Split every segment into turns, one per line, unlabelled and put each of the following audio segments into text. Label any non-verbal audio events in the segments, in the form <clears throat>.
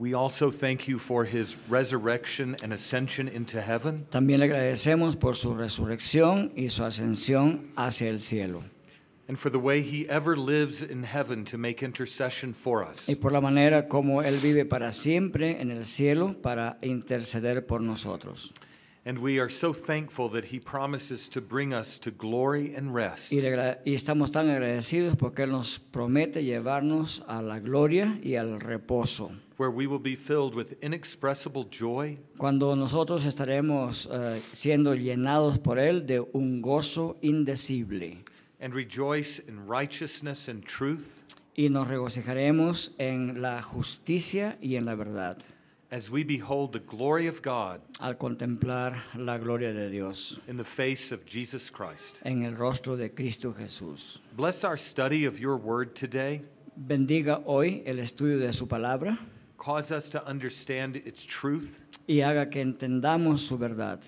We also thank you for his resurrection and ascension into heaven.
También le agradecemos por su resurrección y su ascensión hacia el cielo
and for the way he ever lives in heaven to make intercession for us.
y por la manera como Él vive para siempre en el cielo para interceder por nosotros.
And we are so thankful that he promises to bring us to glory and rest.
Y, le agra- y estamos tan agradecidos porque Él nos promete llevarnos a la gloria y al reposo,
where we will be filled with inexpressible joy
cuando nosotros estaremos eh, siendo llenados por Él de un gozo indecible
and rejoice in righteousness and truth
y nos regocijaremos en la justicia y en la verdad
as we behold the glory of God
al contemplar la gloria de Dios
in the face of Jesus Christ.
en el rostro de Cristo Jesús.
Bless our study of your word today.
Bendiga hoy el estudio de su palabra
Cause us to understand its truth
y haga que entendamos su verdad.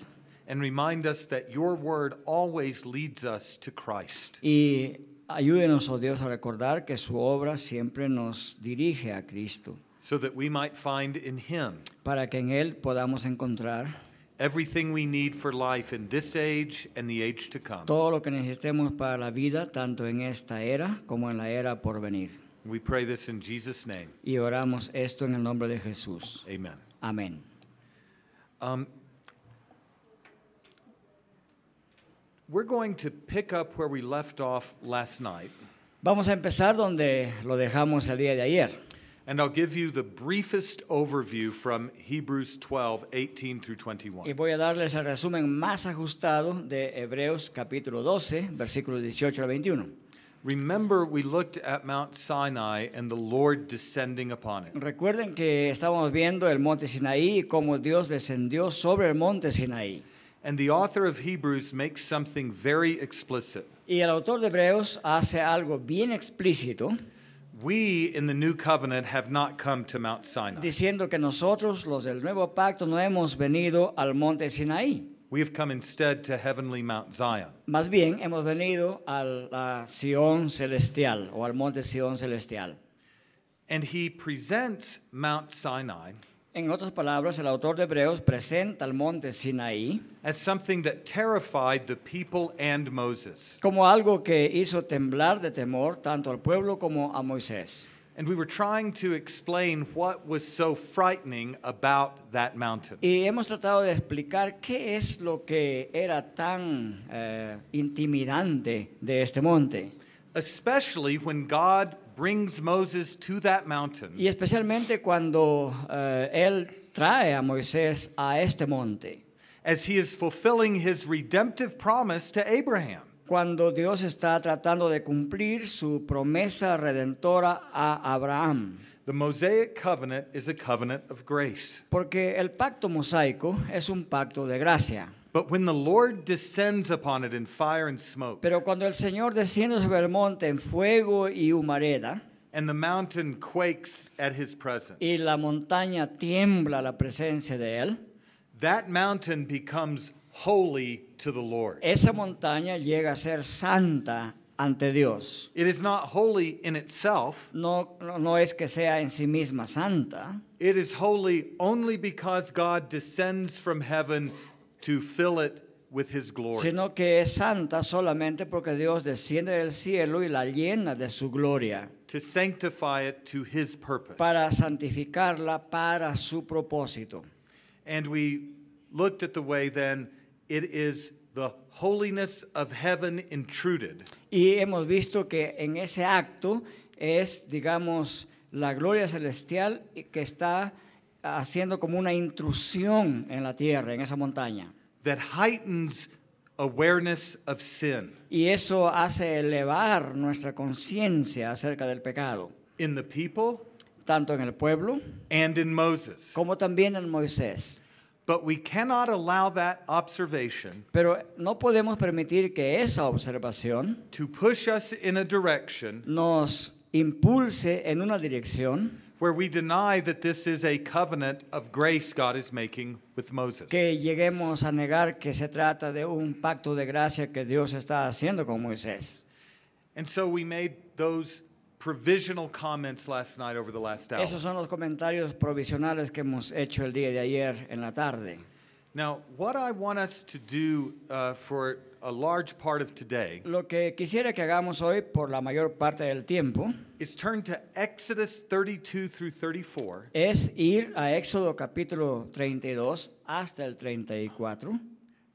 and remind us that your word always leads us to Christ.
Y ayúdenos, oh Dios, a recordar que su obra siempre nos dirige a Cristo,
so that we might find in him
para que en Él podamos encontrar
everything we need for life in this age and the age to come.
todo lo que necesitemos para la vida, tanto en esta era como en la era por venir.
We pray this in Jesus' name.
Y oramos esto en el nombre de Jesús.
Amen.
Amén.
Um, we're going to pick up where we left off last night,
Vamos a empezar donde lo dejamos el día de ayer.
and I'll give you the briefest overview from Hebrews 12 18 through
Y
21.
voy a darles el resumen más ajustado de Hebreos capítulo 12, versículos 18 al 21.
Remember, we looked at Mount Sinai and the Lord descending upon it.
Recuerden que estábamos viendo el monte Sinaí y cómo Dios descendió sobre el monte Sinaí.
And the author of Hebrews makes something very explicit.
Y el autor de Hebreos hace algo bien explícito
We in the new covenant have not come to Mount Sinai.
diciendo que nosotros, los del nuevo pacto, no hemos venido al monte Sinaí.
We have come instead to heavenly Mount Zion.
Más bien hemos venido a la Sión celestial o al monte Sión celestial.
And he presents Mount Sinai
En otras palabras, el autor de Hebreos presenta el monte Sinaí
as something that terrified the people and Moses.
como algo que hizo temblar de temor tanto al pueblo como a Moisés.
And we were trying to explain what was so frightening about that mountain.
Y hemos tratado de explicar qué es lo que era tan eh, intimidante de este monte.
Especially when God brings Moses to that
Y
mountain
especialmente cuando eh, él trae a Moisés a este monte,
as he is fulfilling his redemptive promise to Abraham.
cuando Dios está tratando de cumplir su promesa redentora a Abraham.
The Mosaic covenant is a covenant of grace.
Porque el pacto mosaico es un pacto de gracia.
But when the Lord descends upon it in fire and smoke,
Pero cuando el Señor desciende sobre el monte en fuego y humareda,
and the mountain quakes at his presence,
y la montaña tiembla a la presencia de él,
that mountain becomes holy to the Lord.
esa montaña llega a ser santa ante Dios.
it is not holy in itself,
No, no, no es que sea en sí misma santa,
it is holy only because God descends from heaven to fill it with his glory.
sino que es santa solamente porque Dios desciende del cielo y la llena de su gloria
to sanctify it to his purpose.
para santificarla para su propósito.
and we looked at the way then it is the holiness of heaven intruded.
Y hemos visto que en ese acto es, digamos, la gloria celestial que está haciendo como una intrusión en la tierra, en esa montaña.
that heightens awareness of sin
Y eso hace elevar nuestra conciencia acerca del pecado,
in the people
tanto en el pueblo
and in Moses.
como también en Moisés.
But we cannot allow that observation
Pero no podemos permitir que esa observación
to push us in a direction
nos impulse en una dirección
where we deny that this is a covenant of grace God is making with Moses.
que lleguemos a negar que se trata de un pacto de gracia que Dios está haciendo con Moisés.
And so we made those provisional comments last night over the last hour.
Esos son los comentarios provisionales que hemos hecho el día de ayer en la tarde.
Now, what I want us to do uh, for a large part of today
Lo que quisiera que hagamos hoy por la mayor parte del tiempo
is turn to Exodus 32 through 34
es ir a Éxodo capítulo 32 hasta el 34.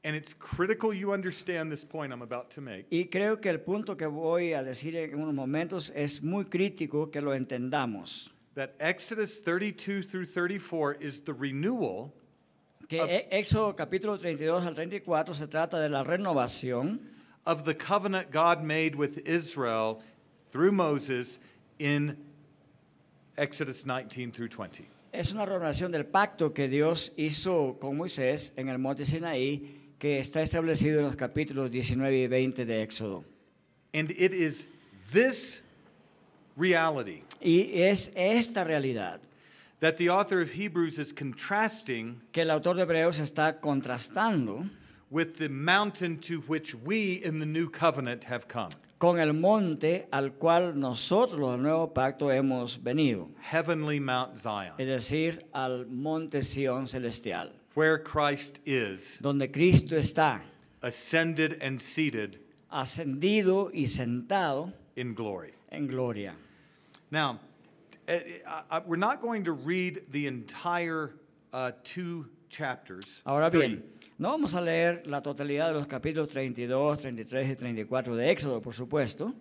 And it's critical you understand this point I'm about to make.
Y creo que el punto que voy a decir en unos momentos es muy crítico que lo entendamos.
That Exodus 32 through 34 is the renewal
Que
Ab-
E- Éxodo capítulo 32 al 34 se trata de la renovación
of the covenant God made with Israel through Moses in Exodus 19 through 20.
Es una renovación del pacto que Dios hizo con Moisés en el monte Sinaí, que está establecido en los capítulos 19 y 20 de Éxodo.
And it is this reality
Y es esta realidad
that the author of Hebrews is contrasting
que el autor de Hebreos está contrastando
with the mountain to which we in the new covenant have come.
con el monte al cual nosotros, el nuevo pacto, hemos venido,
Heavenly Mount
es
Zion,
decir, al monte Sión celestial,
where Christ is
donde Cristo está
ascended and seated
ascendido y sentado
in glory.
en gloria.
Now, eh, I- I- we're not going to read the entire uh, two chapters.
Ahora
three.
bien, no vamos a leer la totalidad de los capítulos 32, 33 y 34 de Éxodo, por supuesto,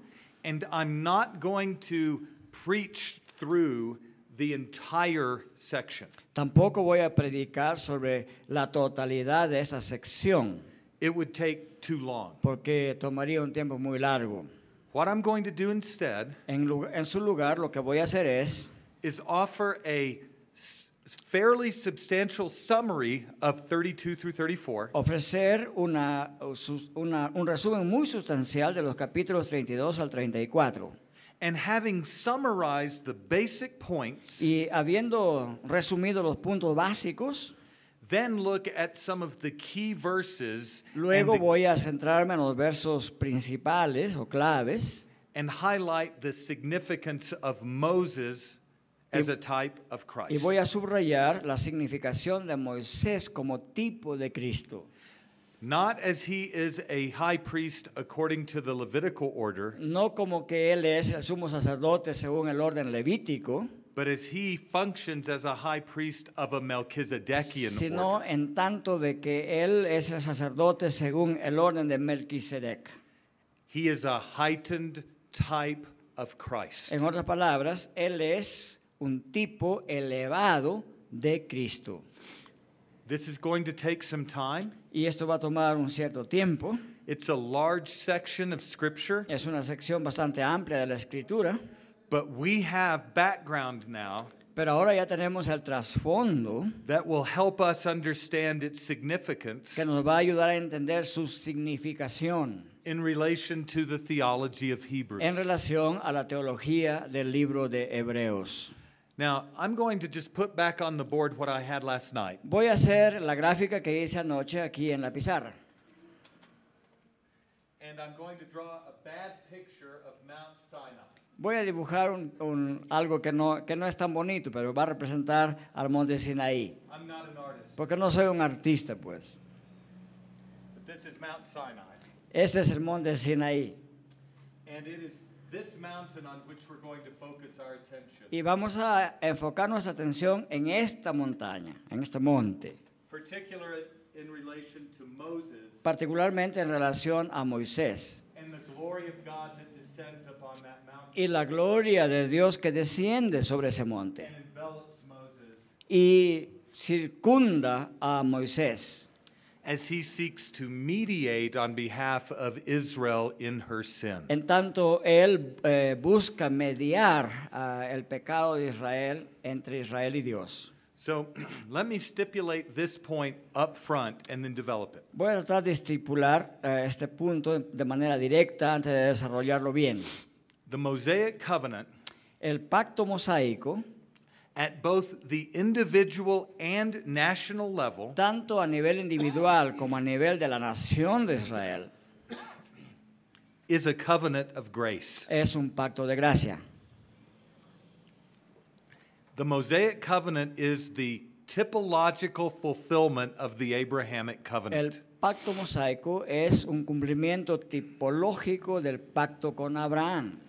And I'm not going to preach through the entire section.
tampoco voy a predicar sobre la totalidad de esa sección,
It would take too long.
porque tomaría un tiempo muy largo.
What I'm going to do instead
En, lu- en su lugar, lo que voy a hacer es
is offer a s- fairly substantial summary of 32 through 34
ofrecer una- sus- una- un resumen muy sustancial de los capítulos 32 al 34.
and having summarized the basic points
Y habiendo resumido los puntos básicos,
then look at some of the key verses and,
Luego
the-
voy a centrarme en los versos principales o claves
and highlight the significance of Moses as
Y-
a type of Christ.
y voy a subrayar la significación de Moisés como tipo de Cristo.
Not as he is a high priest according to the Levitical order,
No como que él es el sumo sacerdote según el orden levítico,
but as he functions as a high priest of a Melchizedekian
sino
order.
en tanto de que él es el sacerdote según el orden de Melquisedec.
He is a heightened type of Christ.
En otras palabras, él es un tipo elevado de Cristo.
This is going to take some time.
Y esto va a tomar un cierto tiempo.
It's a large section of Scripture,
Es una sección bastante amplia de la escritura.
but we have background now
Pero ahora ya tenemos el trasfondo
that will help us understand its significance
que nos va a ayudar a entender su significación
in relation to the theology of Hebrews.
en relación a la teología del libro de Hebreos.
Now, I'm going to just put back on the board what I had last night.
Voy a hacer la gráfica que hice anoche aquí en la pizarra.
And I'm going to draw a bad picture of Mount Sinai.
Voy a dibujar un- un- algo que no, que no es tan bonito, pero va a representar al monte Sinaí.
I'm not an artist,
Porque no soy un artista, pues.
but this is Mount Sinai.
Ese es el monte Sinaí.
And it is this mountain on which we're going to focus our attention,
Y vamos a enfocar nuestra atención en esta montaña, en este monte.
particularly in relation to Moses
particularmente en relación a Moisés
and the glory of God that descends upon that mountain
y la gloria de Dios que desciende sobre ese
and
monte
envelops Moses
y circunda a Moisés
as he seeks to mediate on behalf of Israel in her sin.
en tanto él eh, busca mediar ah, el pecado de Israel entre Israel y Dios.
So <clears throat> let me stipulate this point up front and then develop it.
Voy a tratar de estipular eh, este punto de manera directa antes de desarrollarlo bien.
The Mosaic covenant,
El pacto mosaico,
at both the individual and national level,
tanto a nivel individual como a nivel de la nación de Israel,
is a covenant of grace.
es un pacto de gracia.
The Mosaic covenant is the typological fulfillment of the Abrahamic covenant.
El pacto mosaico es un cumplimiento tipológico del pacto con Abraham.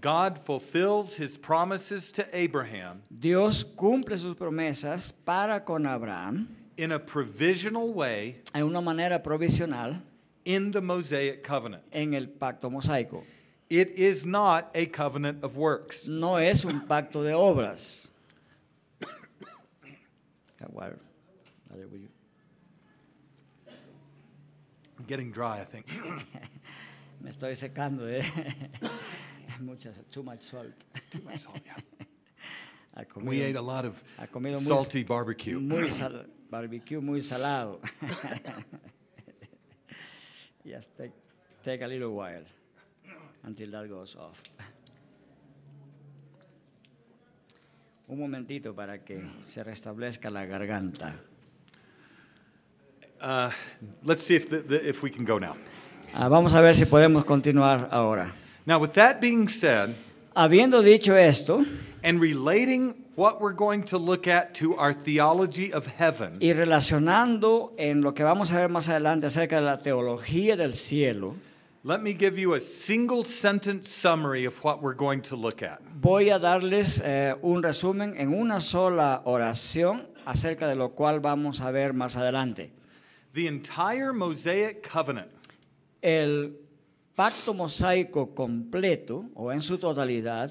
God fulfills his promises to Abraham
Dios cumple sus promesas para con Abraham
in a provisional way
en una manera provisional
in the Mosaic covenant.
en el pacto mosaico.
It is not a covenant of works.
No es un pacto de obras. <coughs> Got water. Dale, will you?
I'm getting dry, I think.
<laughs>
<clears throat>
Me estoy secando, ¿eh? <laughs> Muchas, too much salt.
Too much salt, yeah.
<laughs> Ha comido-
We ate a lot of
ha comido muy-
salty barbecue. <laughs>
Muy sal- barbecue, muy salado. <laughs> Just take, take a little while until that goes off. Un momentito para que se restablezca la garganta.
<clears throat> Uh, let's see if, the, the, if we can go now.
Ah, vamos a ver si podemos continuar ahora.
Now, with that being said,
Habiendo dicho esto
and relating what we're going to look at to our theology of heaven,
y relacionando en lo que vamos a ver más adelante acerca de la teología del cielo,
let me give you a single sentence summary of what we're going to look at.
voy a darles eh, un resumen en una sola oración acerca de lo cual vamos a ver más adelante.
The entire Mosaic covenant
El pacto mosaico completo o en su totalidad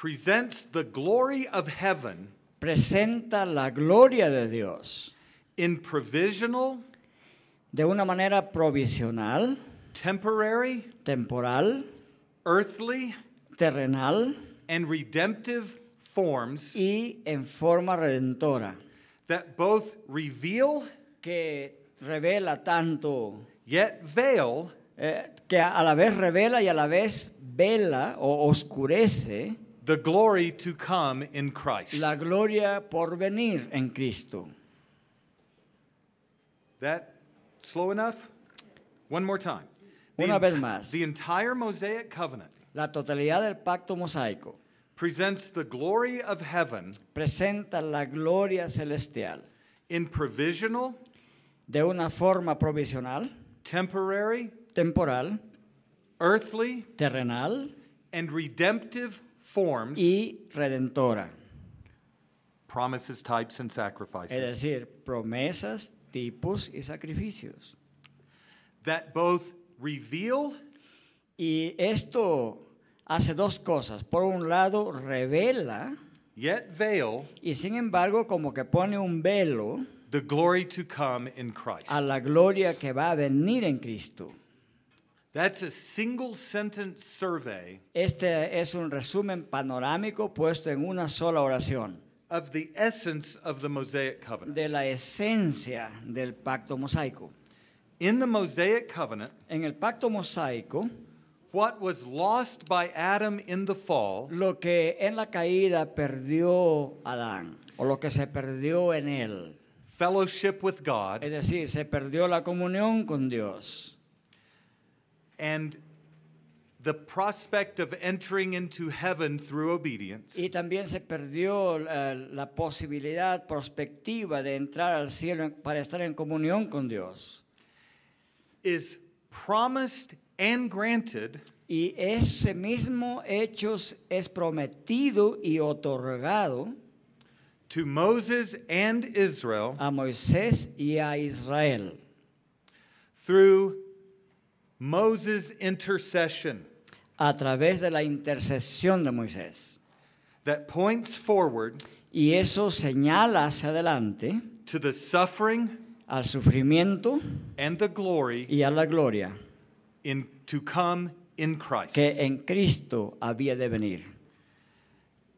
presents the glory of heaven
presenta la gloria de Dios
in provisional,
de una manera provisional,
temporary,
temporal,
earthly,
terrenal
and redemptive forms
y en forma redentora,
that both reveal
que revela tanto,
yet veil
eh, que a la vez revela y a la vez vela o oscurece
the glory to come in Christ.
la gloria por venir en Cristo.
That slow enough? One more time.
Una vez
ent-
más.
The entire Mosaic covenant
La totalidad del pacto mosaico
presents the glory of heaven
presenta la gloria celestial
in provisional,
de una forma provisional,
temporary,
temporal,
earthly,
terrenal
and redemptive forms,
y redentora.
promises, types, and
Es
sacrifices
decir, promesas, tipos y sacrificios.
that both reveal
Y esto hace dos cosas. Por un lado, revela
yet veil
y sin embargo como que pone un velo
the glory to come in Christ.
a la gloria que va a venir en Cristo.
That's a single sentence survey
Este es un resumen panorámico puesto en una sola oración
of the essence of the Mosaic covenant.
de la esencia del pacto mosaico.
In the Mosaic covenant,
En el pacto mosaico,
What was lost by Adam in the fall
lo que en la caída perdió Adán, o lo que se perdió en él,
fellowship with
es
God
decir, se perdió la comunión con Dios
and the prospect of entering into heaven through obedience
y también se perdió eh, la posibilidad prospectiva de entrar al cielo en- para estar en comunión con Dios.
is promised and granted
Y ese mismo hecho es prometido y otorgado
to Moses and Israel
a Moisés y a Israel
through Moses' intercession
a través de la intercesión de Moisés.
that points forward
Y eso señala hacia adelante
to the suffering
al sufrimiento
and the glory
y a la gloria
in, to come in Christ.
que en Cristo había de venir.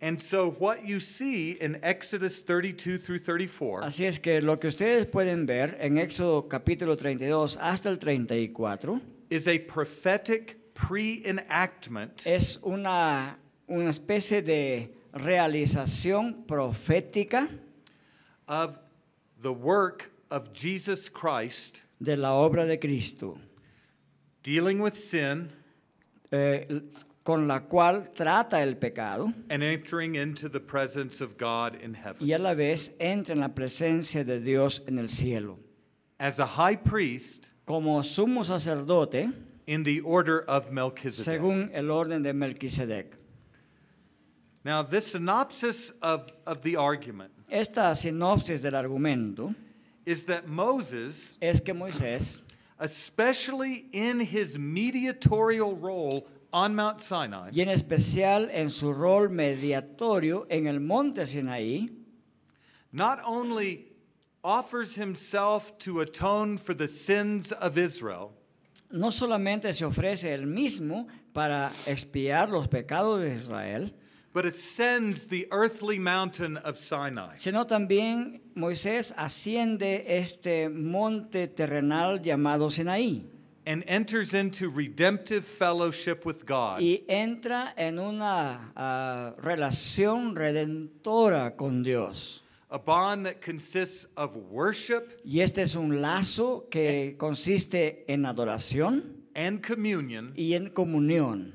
And so what you see in Exodus 32 through 34
Así es que lo que ustedes pueden ver en Éxodo capítulo 32 hasta el 34
is a prophetic pre-enactment
es una, una especie de realización profética
of the work of Jesus Christ
de la obra de Cristo,
dealing with sin,
eh, con la cual trata el pecado
and entering into the presence of God in heaven.
y a la vez entra en la presencia de Dios en el cielo.
As a high priest
Como sumo sacerdote,
in the order of Melchizedek.
según el orden de Melquisedec.
Now, this synopsis of, of the argument
Esta sinopsis del argumento
is that Moses,
es que Moisés,
especially in his mediatorial role on Mount Sinai,
y en especial en su rol mediatorio en el monte Sinaí,
not only offers himself to atone for the sins of Israel,
no solamente se ofrece él mismo para expiar los pecados de Israel,
but ascends the earthly mountain of Sinai.
sino también Moisés asciende este monte terrenal llamado Sinaí
and enters into redemptive fellowship with God
y entra en una ah, relación redentora con Dios.
a bond that consists of worship
Y este es un lazo que consiste en adoración
and communion
y en comunión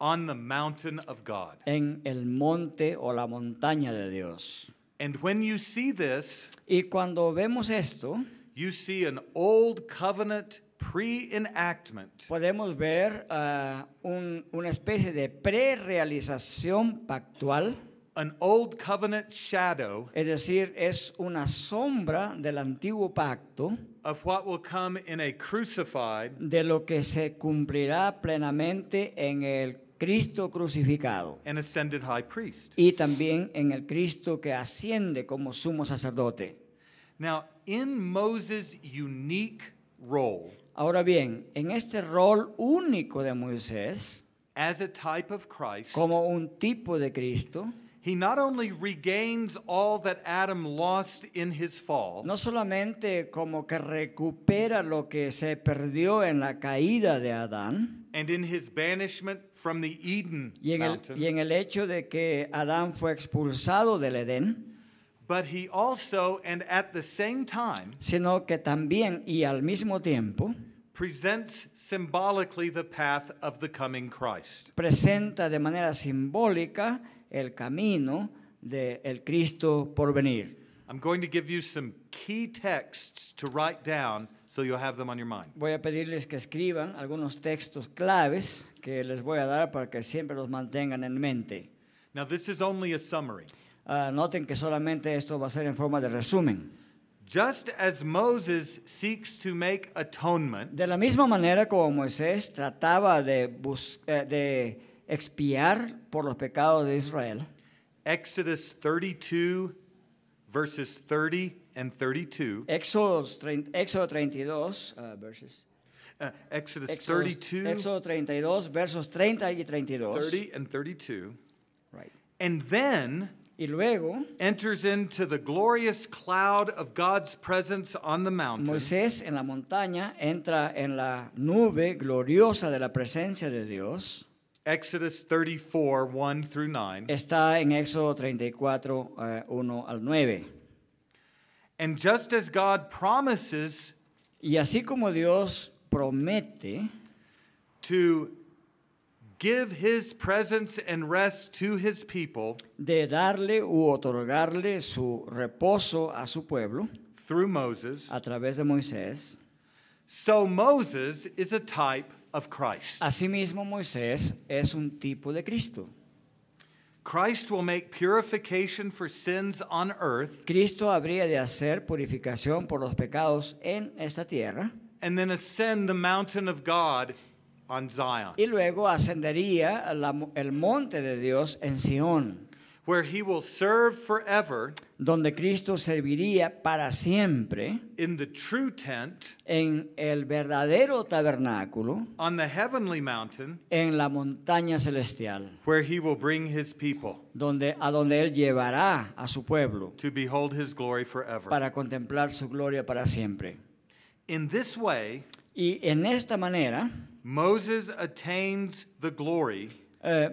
on the mountain of God.
en el monte o la montaña de Dios.
And when you see this,
Y cuando vemos esto,
you see an old covenant pre enactment
podemos ver ah, un- una especie de pre-realización pactual,
an old covenant shadow
es decir, es una sombra del antiguo pacto
of what will come in a crucified
de lo que se cumplirá plenamente en el Cristo crucificado.
and ascended high priest.
y también en el Cristo que asciende como sumo sacerdote.
Now, in Moses' unique role
Ahora bien, en este rol único de Moisés,
as a type of Christ,
como un tipo de Cristo,
He not only regains all that Adam lost in his fall,
no solamente como que recupera lo que se perdió en la caída de Adán
and in his banishment from the Eden
y en, el,
mountain,
y en el hecho de que Adán fue expulsado del Edén,
but he also, and at the same time,
sino que también y al mismo tiempo
presents symbolically the path of the coming Christ.
presenta de manera simbólica el camino del Cristo por venir.
I'm going to give you some key texts to write down so you'll have them on your mind.
Voy a pedirles que escriban algunos textos claves que les voy a dar para que siempre los mantengan en mente.
Now, this is only a summary.
Ah, noten que solamente esto va a ser en forma de resumen.
Just as Moses seeks to make atonement
De la misma manera como Moisés trataba de, bus- eh, de expiar por los pecados de Israel,
Exodus 32, verses 30 and 32.
Éxodo, trein- Éxodo 32, ah, verses-
Uh, Exodus
Éxodo-
32,
Éxodo 32, versos 30 y 32.
30 and 32.
Right.
And then
Y luego
enters into the glorious cloud of God's presence on the mountain
Moisés en la montaña entra en la nube gloriosa de la presencia de Dios.
Exodus 34 1 through 9
Está en Éxodo 34, eh, 1 al 9.
and just as God promises
Y así como Dios promete
to give his presence and rest to his people
de darle u otorgarle su reposo a su pueblo
through Moses
a través de Moisés,
so Moses is a type of
Ah.
Christ
asimismo Moisés es un tipo de Cristo.
Christ will make purification for sins on earth
Cristo habría de hacer purificación por los pecados en esta tierra
and then ascend the mountain of God on
y
Zion,
luego ascendería a la mo- el monte de Dios en Sión,
where he will serve forever
donde Cristo serviría para siempre
in the true tent
en el verdadero tabernáculo,
on the heavenly mountain,
en la montaña celestial,
where he will bring his people
donde, a donde Él llevará a su pueblo
to behold his glory forever.
para contemplar su gloria para siempre.
in this way,
Y en esta manera,
Moses attains the glory
eh,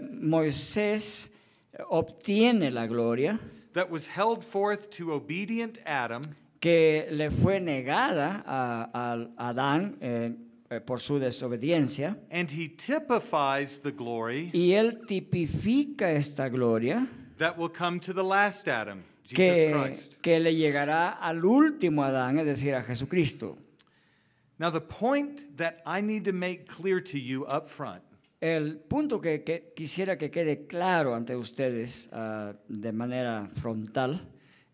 Moisés obtiene la gloria
that was held forth to obedient Adam
que le fue negada a, a Adán eh, eh, por su desobediencia.
And he typifies the glory
Y él tipifica esta gloria
that will come to the last Adam, Jesus
que,
Christ.
que le llegará al último Adán, es decir, a Jesucristo.
Now, the point that I need to make clear to you up front
El punto que, que quisiera que quede claro ante ustedes ah, de manera frontal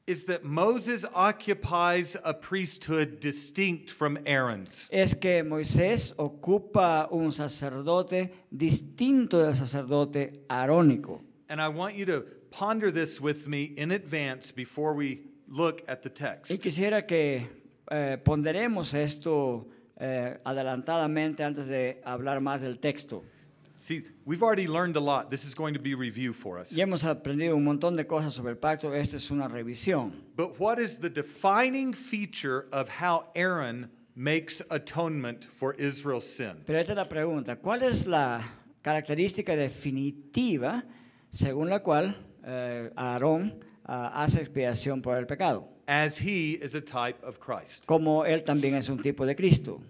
is that Moses occupies a priesthood distinct from Aaron's.
es que Moisés ocupa un sacerdote distinto del sacerdote arónico.
And I want you to ponder this with me in advance before we look at the text.
Y quisiera que eh, ponderemos esto eh, adelantadamente antes de hablar más del texto.
See, we've already learned a lot. This is going to be review for us.
Ya hemos aprendido un montón de cosas sobre el pacto, esta es una revisión.
But what is the defining feature of how Aaron makes atonement for Israel's sin?
Pero esta es la pregunta, ¿cuál es la característica definitiva según la cual eh, Aarón ah, hace expiación por el pecado?
As he is a type of Christ.
Como él también es un tipo de Cristo.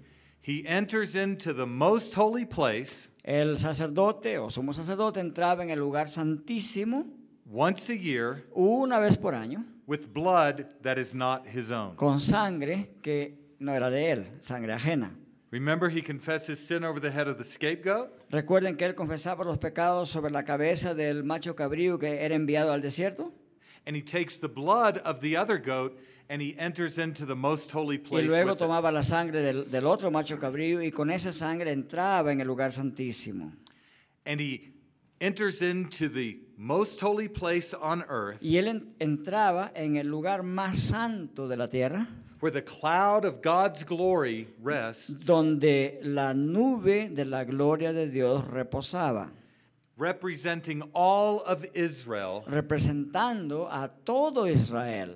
He enters into the most holy place
El sacerdote o sumo sacerdote entraba en el lugar santísimo
once a year
una vez por año
with blood that is not his own.
con sangre que no era de él, sangre ajena.
Remember, he confessed his sin over the head of the scapegoat?
Recuerden que él confesaba los pecados sobre la cabeza del macho cabrío que era enviado al desierto
And he takes the blood of the other goat and he enters into the most holy
y
place.
luego
with it.
tomaba la sangre del, del otro macho cabrío y con esa sangre entraba en el lugar santísimo.
And he enters into the most holy place on earth
Y él en- entraba en el lugar más santo de la tierra,
where the cloud of God's glory rests,
donde la nube de la gloria de Dios reposaba,
representing all of Israel
representando a todo Israel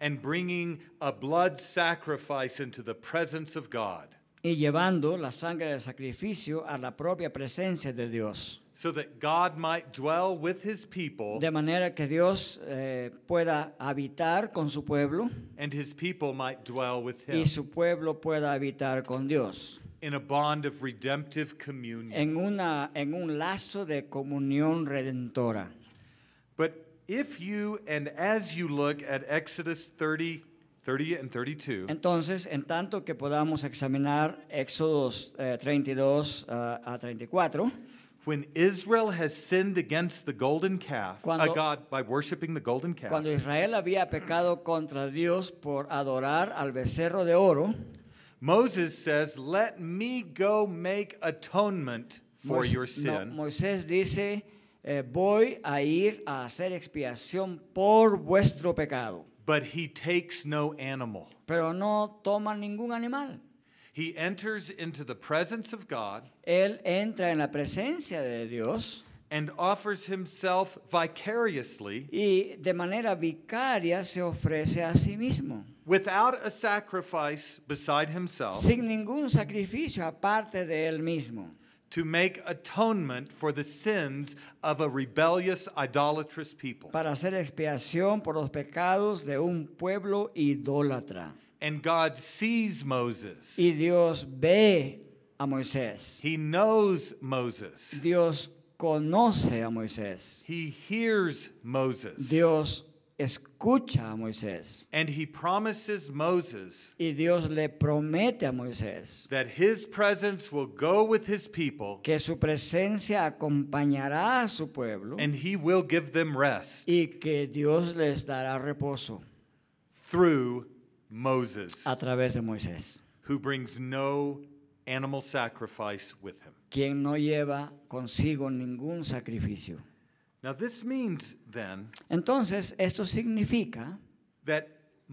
and bringing a blood sacrifice into the presence of God
y llevando la sangre del sacrificio a la propia presencia de Dios.
so that God might dwell with his people
De manera que Dios eh, pueda habitar con su pueblo
and his people might dwell with him
y su pueblo pueda habitar con Dios
in a bond of redemptive communion.
en, una, en un lazo de comunión redentora.
But if you and as you look at Exodus 30, 30 and 32,
Entonces, en tanto que podamos examinar Éxodos eh, 32 ah, a 34,
when Israel has sinned against the golden calf, uh,
Cuando-
God by worshiping the golden calf,
cuando Israel había pecado contra Dios por adorar al becerro de oro,
Moses says, "Let me go make atonement for
Mois-
your
no,
sin."
Moisés dice, eh, voy a ir a hacer expiación por vuestro pecado.
But he takes no animal.
pero no toma ningún animal.
He enters into the presence of God
Él entra en la presencia de Dios
and offers himself vicariously
y de manera vicaria se ofrece a sí mismo,
without a sacrifice beside himself
sin ningún sacrificio aparte de él mismo,
to make atonement for the sins of a rebellious, idolatrous people.
para hacer expiación por los pecados de un pueblo idólatra.
And God sees Moses.
Y Dios ve a Moisés,
He knows Moses.
Dios conoce a Moisés,
He hears Moses.
Dios escucha a Moisés
And he promises Moses
y Dios le promete a Moisés
that his presence will go with his people
que su presencia acompañará a su pueblo
and he will give them rest
y que Dios les dará reposo
through Moses,
a través de Moisés,
who brings no animal sacrifice with him.
quien no lleva consigo ningún sacrificio.
Now, this means then
Entonces, esto significa
that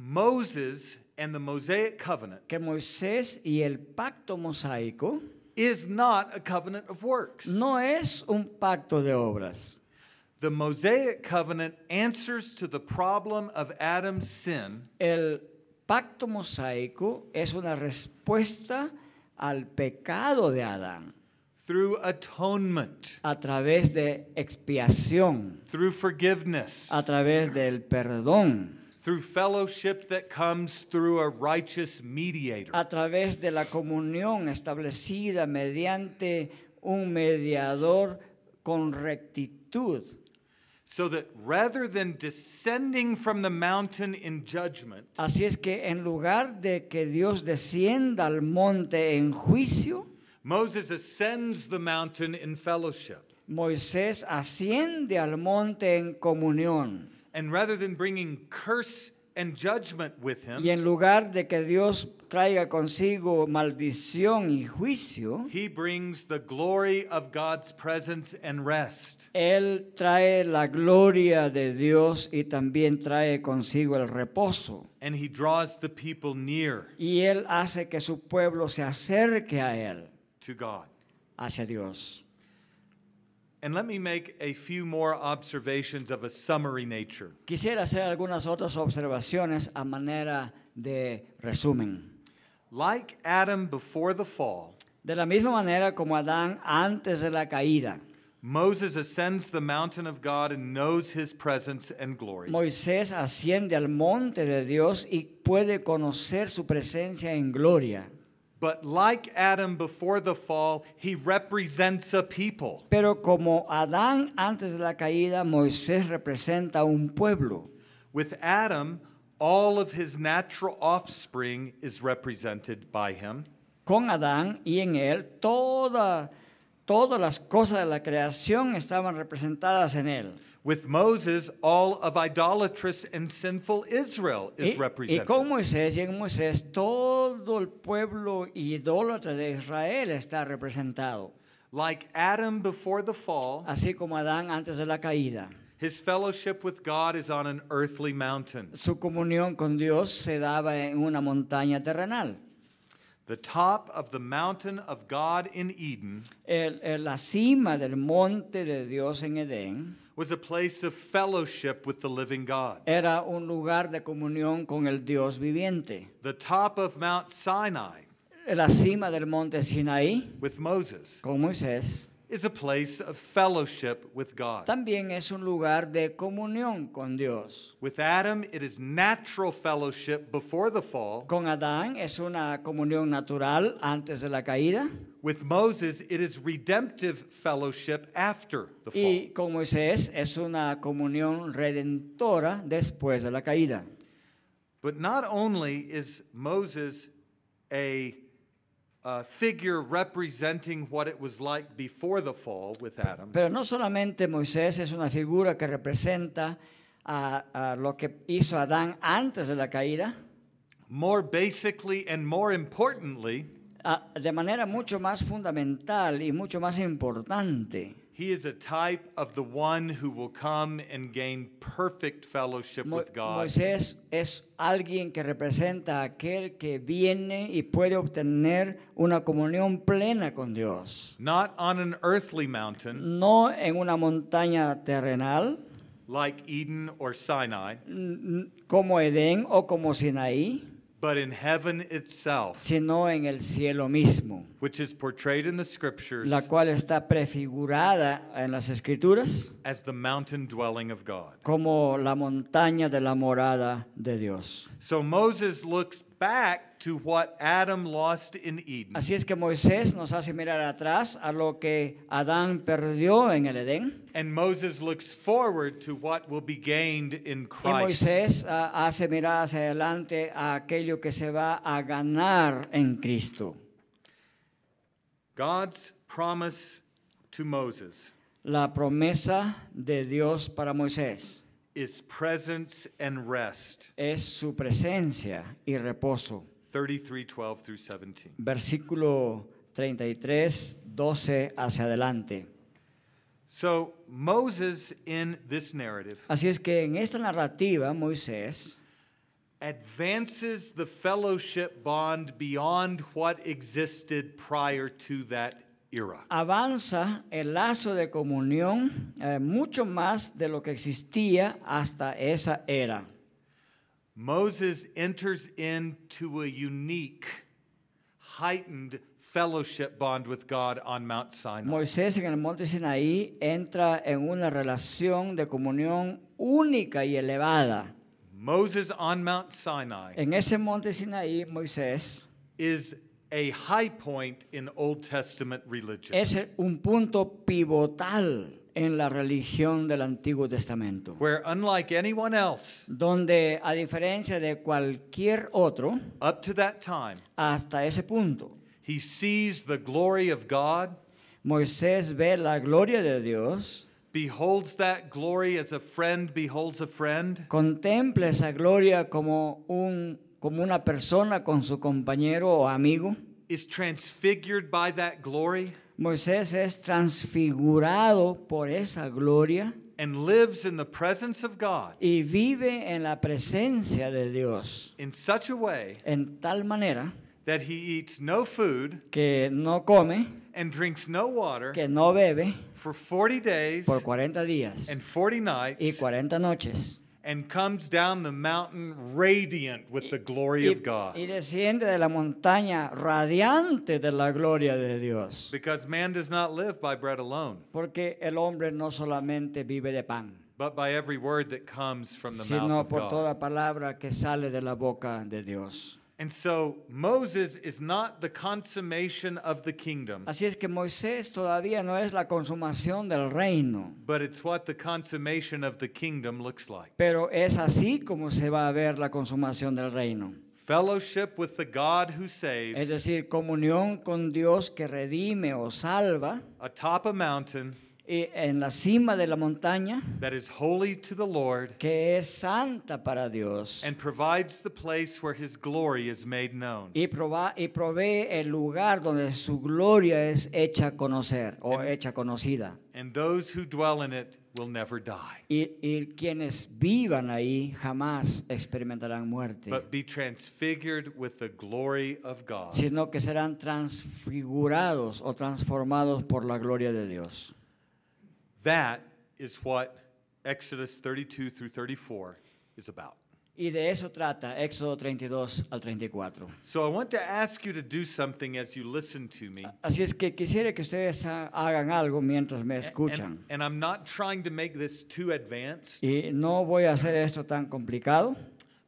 Moses and the Mosaic covenant
que Moisés y el pacto mosaico
is not a covenant of works.
no es un pacto de obras.
The Mosaic covenant answers to the problem of Adam's sin
El pacto mosaico es una respuesta al pecado de Adán
through atonement,
a través de expiación.
through forgiveness,
a través del perdón,
through fellowship that comes through a righteous mediator.
a través de la comunión establecida mediante un mediador con rectitud.
So that rather than descending from the mountain in judgment,
Así es que en lugar de que Dios descienda al monte en juicio,
Moses ascends the mountain in fellowship.
Moisés asciende al monte en comunión.
And rather than bringing curse and judgment with him,
Y en lugar de que Dios traiga consigo maldición y juicio,
he brings the glory of God's presence and rest.
Él trae la gloria de Dios y también trae consigo el reposo.
And he draws the people near
Y Él hace que su pueblo se acerque a Él,
to God.
hacia Dios.
And let me make a few more observations of a summary nature.
Quisiera hacer algunas otras observaciones a manera de resumen.
Like Adam before the fall,
De la misma manera como Adán antes de la caída,
Moses ascends the mountain of God and knows his presence and glory.
Moisés asciende al monte de Dios y puede conocer su presencia en gloria.
But like Adam before the fall, he represents a people.
Pero como Adán antes de la caída, Moisés representa un pueblo.
With Adam, all of his natural offspring is represented by him.
Con Adán y en él, toda- todas las cosas de la creación estaban representadas en él.
With Moses, all of idolatrous and sinful Israel
Y,
is
y
represented.
con Moisés y en Moisés, todo el pueblo idólatra de Israel está representado.
Like Adam before the fall,
Así como Adán antes de la caída.
his fellowship with God is on an earthly mountain.
Su comunión con Dios se daba en una montaña terrenal.
The top of the mountain of God in Eden
El- el- la cima del monte de Dios en Edén
was a place of fellowship with the living God.
era un lugar de comunión con el Dios viviente.
The top of Mount Sinai
La cima del monte Sinaí,
with Moses
con Moisés,
is a place of fellowship with God.
también es un lugar de comunión con Dios.
With Adam, it is natural fellowship before the fall.
Con Adán es una comunión natural antes de la caída
With Moses, it is redemptive fellowship after the fall.
y con Moisés es una comunión redentora después de la caída.
But not only is Moses a, a figure representing what it was like before the fall with Adam,
Pero no solamente Moisés es una figura que representa a, a lo que hizo Adán antes de la caída,
more basically and more importantly,
a- Ah, de manera mucho más fundamental y mucho más importante.
he is a type of the one who will come and gain perfect fellowship
Mo-
with God
Moisés es alguien que representa a aquel que viene y puede obtener una comunión plena con Dios.
Not on an earthly mountain
No en una montaña terrenal
like Eden or Sinai,
n- como Edén o como Sinaí,
but in heaven itself,
sino en el cielo mismo.
which is portrayed in the scriptures
la cual está prefigurada en las escrituras
as the mountain dwelling of God.
como la montaña de la morada de Dios.
So Moses looks back to what Adam lost in Eden
Así es que Moisés nos hace mirar atrás a lo que Adán perdió en el Edén
and Moses looks forward to what will be gained in
y
Christ.
Moisés ah, hace mirar hacia adelante a aquello que se va a ganar en Cristo.
God's promise to Moses
La promesa de Dios para Moisés
is presence and rest.
es su presencia y reposo.
33:12 through 17.
Versículo 33, 12 hacia adelante.
So Moses in this narrative
Así es que en esta narrativa Moisés
advances the fellowship bond beyond what existed prior to that era.
avanza el lazo de comunión eh, mucho más de lo que existía hasta esa era.
Moses enters into a unique, heightened fellowship bond with God on Mount Sinai.
Moisés en el monte Sinaí entra en una relación de comunión única y elevada.
Moses on Mount Sinai
En ese monte Sinaí, Moisés
is a high point in Old Testament religion.
es un punto pivotal en la religión del Antiguo Testamento,
where, unlike anyone else
donde a diferencia de cualquier otro,
up to that time,
hasta ese punto,
he sees the glory of God,
Moisés ve la gloria de Dios,
beholds that glory as a friend beholds a friend,
contempla esa gloria como, un, como una persona con su compañero o amigo.
is transfigured by that glory,
Moisés es transfigurado por esa gloria
and lives in the presence of God
y vive en la presencia de Dios
in such a way
en tal manera
that he eats no food
que no come,
and drinks no water
que no bebe
for 40 days
por 40 días
and 40 nights
y 40 noches.
and comes down the mountain radiant with the glory
Y,
of God.
y desciende de la montaña radiante de la gloria de Dios.
Because man does not live by bread alone,
Porque el hombre no solamente vive de pan,
but by every word that comes from the mouth
sino
of
por
God.
toda palabra que sale de la boca de Dios.
And so Moses is not the consummation of the kingdom,
Así es que Moisés todavía no es la consumación del reino,
but it's what the consummation of the kingdom looks like.
pero es así como se va a ver la consumación del reino.
Fellowship with the God who saves
Es decir, comunión con Dios que redime o salva
atop a mountain
y en la cima de la montaña
that is holy to the Lord
que es santa para Dios
and provides the place where his glory is made known.
y, prova- y provee el lugar donde su gloria es hecha a conocer o
En-
hecha conocida.
And those who dwell in it will never die,
Y, y quienes vivan ahí jamás experimentarán muerte,
but be transfigured with the glory of God.
sino que serán transfigurados o transformados por la gloria de Dios.
That is what Exodus 32 through 34 is about.
Y de eso trata Éxodo 32 al 34.
So I want to ask you to do something as you listen to me.
Así es que quisiera que ustedes ha- hagan algo mientras me
A- And,
escuchan.
and I'm not trying to make this too advanced,
Y no voy a hacer esto tan complicado,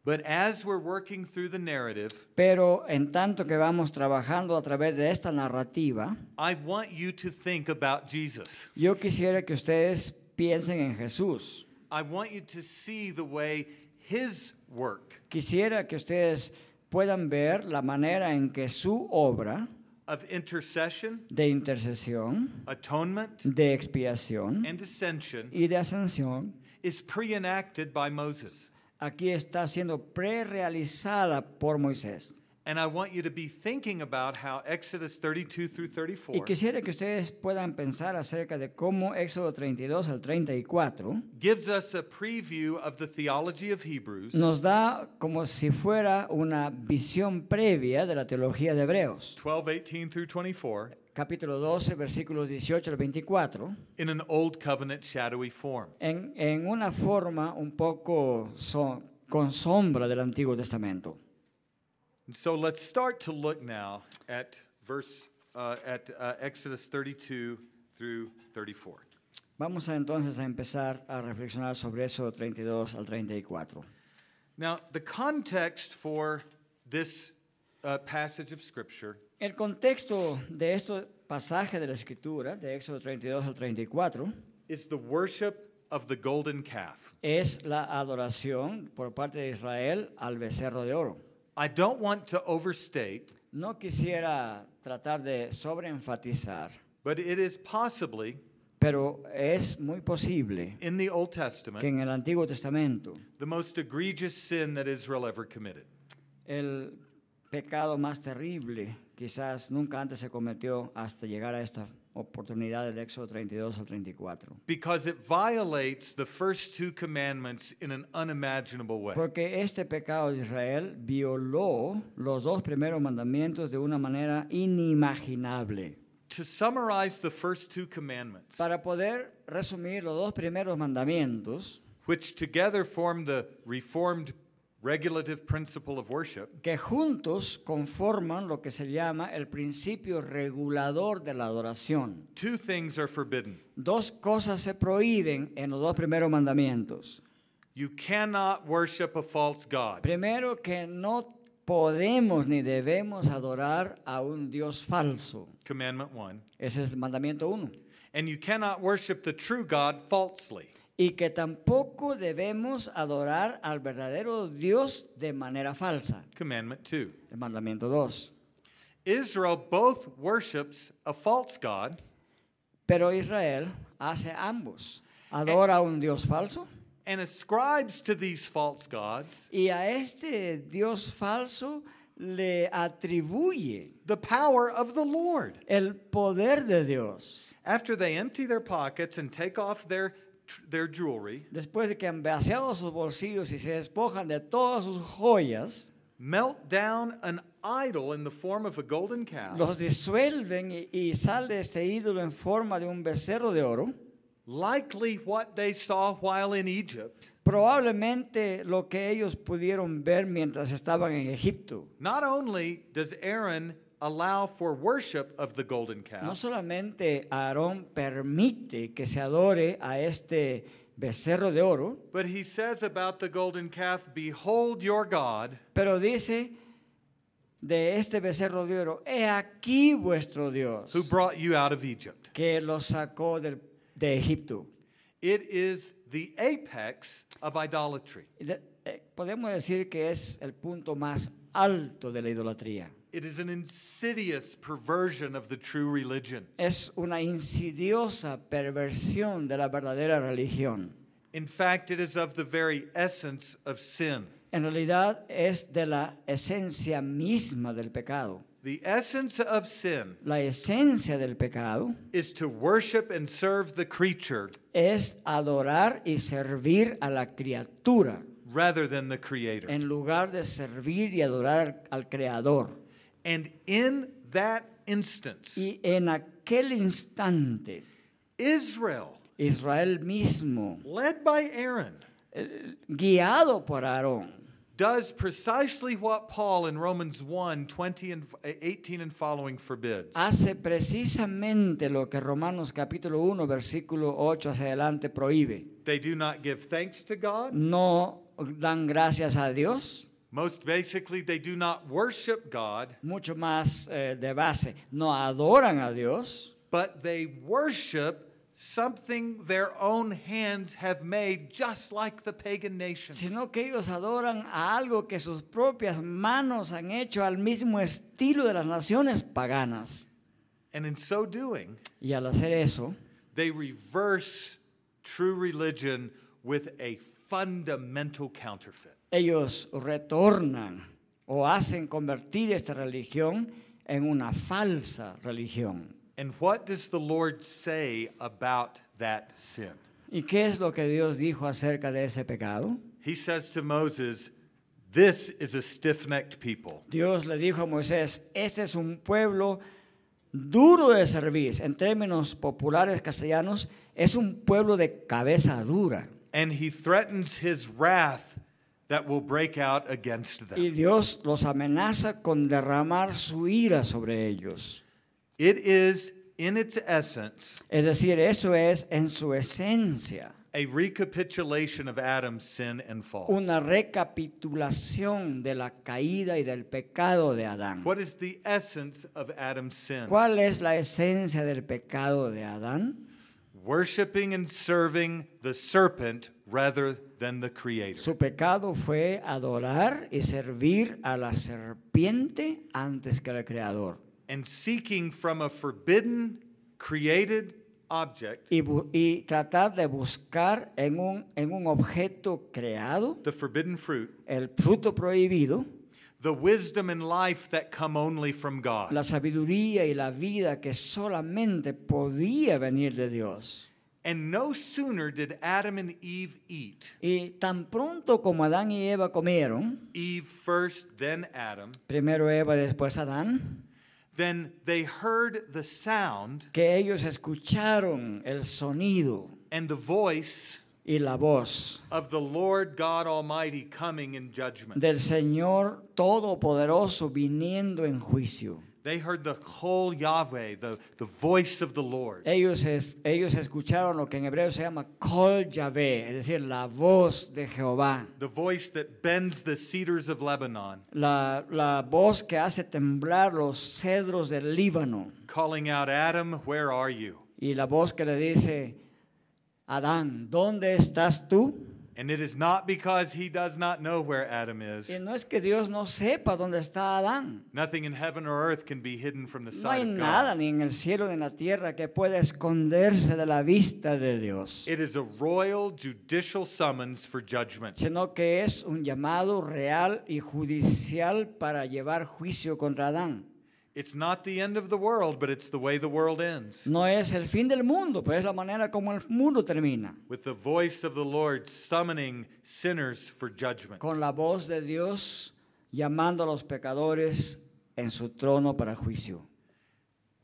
but as we're working through the narrative,
pero en tanto que vamos trabajando a través de esta narrativa,
I want you to think about Jesus.
yo quisiera que ustedes piensen en Jesús.
I want you to see the way his work
Quisiera que ustedes puedan ver la manera en que su obra
of intercession,
de intercesión,
atonement,
de expiación
and ascension
y de ascensión
is pre enacted by Moses.
aquí está siendo prerealizada por Moisés.
And I want you to be thinking about how Exodus 32 through 34
Y quisiera que ustedes puedan pensar acerca de cómo Éxodo 32 al 34
gives us a preview of the theology of Hebrews
nos da como si fuera una visión previa de la teología de Hebreos,
12, 18 through 24
capítulo 12, versículos 18 al 24,
in an old covenant shadowy form.
en, en una forma un poco so- con sombra del Antiguo Testamento.
And so let's start to look now at verse uh, at uh, Exodus 32 through 34.
Vamos a, entonces a empezar a reflexionar sobre Éxodo 32 al 34.
Now, the context for this uh, passage of scripture
El contexto de este pasaje de la Escritura, de Éxodo 32 al 34,
is the worship of the golden calf.
es la adoración por parte de Israel al becerro de oro.
I don't want to overstate,
No quisiera tratar de sobreenfatizar,
but it is possibly
pero es muy posible
in the Old
que
Testament
en el Antiguo Testamento
the most egregious sin that Israel ever committed.
el pecado más terrible quizás nunca antes se cometió hasta llegar a esta oportunidad del Éxodo 32 al 34.
Because it violates the first two commandments in an unimaginable way.
Porque este pecado de Israel violó los dos primeros mandamientos de una manera inimaginable.
To summarize the first two commandments,
Para poder resumir los dos primeros mandamientos,
which together form the reformed regulative principle of worship,
que juntos conforman lo que se llama el principio regulador de la adoración.
two things are forbidden
Dos cosas se prohíben en los dos primeros mandamientos.
You cannot worship a false God.
Primero que no podemos ni debemos adorar a un Dios falso.
Commandment 1.
Ese es el mandamiento uno.
And you cannot worship the true God falsely.
Y que tampoco debemos adorar al verdadero Dios de manera falsa.
Commandment 2.
El mandamiento dos.
Israel both worships a false God
Pero Israel hace ambos. Adora a un Dios falso
and ascribes to these false gods
y a este Dios falso le atribuye
the power of the Lord.
el poder de Dios.
After they empty their pockets and take off their their jewelry,
Después de que han vaciado sus bolsillos y se despojan de todas sus joyas,
melt down an idol in the form of a golden calf,
los disuelven y, y sale este ídolo en forma de un becerro de oro.
likely what they saw while in Egypt.
Probablemente lo que ellos pudieron ver mientras estaban en Egipto.
Not only does Aaron allow for worship of the golden calf,
No solamente Aarón permite que se adore a este becerro de oro,
but he says about the golden calf, Behold your God,
Pero dice de este becerro de oro, he aquí vuestro Dios,
who brought you out of Egypt.
que los sacó del- de Egipto.
It is the apex of idolatry.
Y de- eh, Podemos decir que es el punto más alto de la idolatría.
It is an insidious perversion of the true religion.
Es una insidiosa perversión de la verdadera religión.
In fact, it is of the very essence of sin.
En realidad es de la esencia misma del pecado.
The essence of sin
La esencia del pecado
is to worship and serve the creature
es adorar y servir a la criatura.
rather than the creator.
en lugar de servir y adorar al, al Creador.
And in that instance,
Y en aquel instante,
Israel,
Israel mismo,
led by Aaron,
eh, guiado por Aarón,
does precisely what Paul in Romans 1 20 and 18 and following forbids.
hace precisamente lo que Romanos capítulo 1, versículo 8 hacia adelante prohíbe.
They do not give thanks to
Mm.
God.
No dan gracias a Dios,
Most basically, they do not worship God,
mucho más eh, de base, no adoran a Dios,
but they worship something their own hands have made, just like the pagan nations.
sino que ellos adoran a algo que sus propias manos han hecho al mismo estilo de las naciones paganas.
And in so doing,
Y al hacer eso,
they reverse true religion with a fundamental counterfeit.
ellos retornan o hacen convertir esta religión en una falsa religión.
And what does the Lord say about that sin?
¿Y qué es lo que Dios dijo acerca de ese pecado?
He says to Moses, This is a stiff necked people.
Dios le dijo a Moisés, este es un pueblo duro de servir, en términos populares castellanos, es un pueblo de cabeza dura.
And he threatens his wrath that will break out against
Y
them.
Dios los amenaza con derramar su ira sobre ellos.
It is, in its essence,
Es decir, eso es en su esencia
a recapitulation of Adam's sin and fall.
una recapitulación de la caída y del pecado de Adán.
What is the essence of Adam's sin?
¿Cuál es la esencia del pecado de Adán?
Worshipping and serving the serpent rather than the Creator.
Su pecado fue adorar y servir a la serpiente antes que al Creador
And seeking from a forbidden, created object
y, bu- y tratar de buscar en un, en un objeto creado
the forbidden fruit
el fruto prohibido,
the wisdom and life that come only from God.
la sabiduría y la vida que solamente podía venir de Dios.
And no sooner did Adam and Eve eat,
Y tan pronto como Adán y Eva comieron,
Eve first, then Adam,
primero Eva, después Adán,
then they heard the sound
que ellos escucharon el sonido
and the voice
y la voz
of the Lord God Almighty coming in judgment.
del Señor Todopoderoso viniendo en juicio.
They heard the Kol Yahweh, the, the voice of the Lord.
Ellos, es- ellos escucharon lo que en hebreo se llama Kol Yahvé, es decir, la voz de Jehová.
The voice that bends the cedars of Lebanon,
La, la voz que hace temblar los cedros del Líbano.
calling out, Adam, where are you?
Y la voz que le dice, Adán, ¿dónde estás tú?
And it is not because he does not know where Adam is.
Y no es que Dios no sepa dónde está Adán.
Nothing in heaven or earth can be hidden from the
No hay
sight of
nada
God.
ni en el cielo ni en la tierra que pueda esconderse de la vista de Dios,
It is a royal judicial summons for judgment.
sino que es un llamado real y judicial para llevar juicio contra Adán.
It's not the end of the world, but it's the way the world ends.
No es el fin del mundo, pero es la manera como el mundo termina,
With the voice of the Lord summoning sinners for judgment.
con la voz de Dios llamando a los pecadores en su trono para juicio.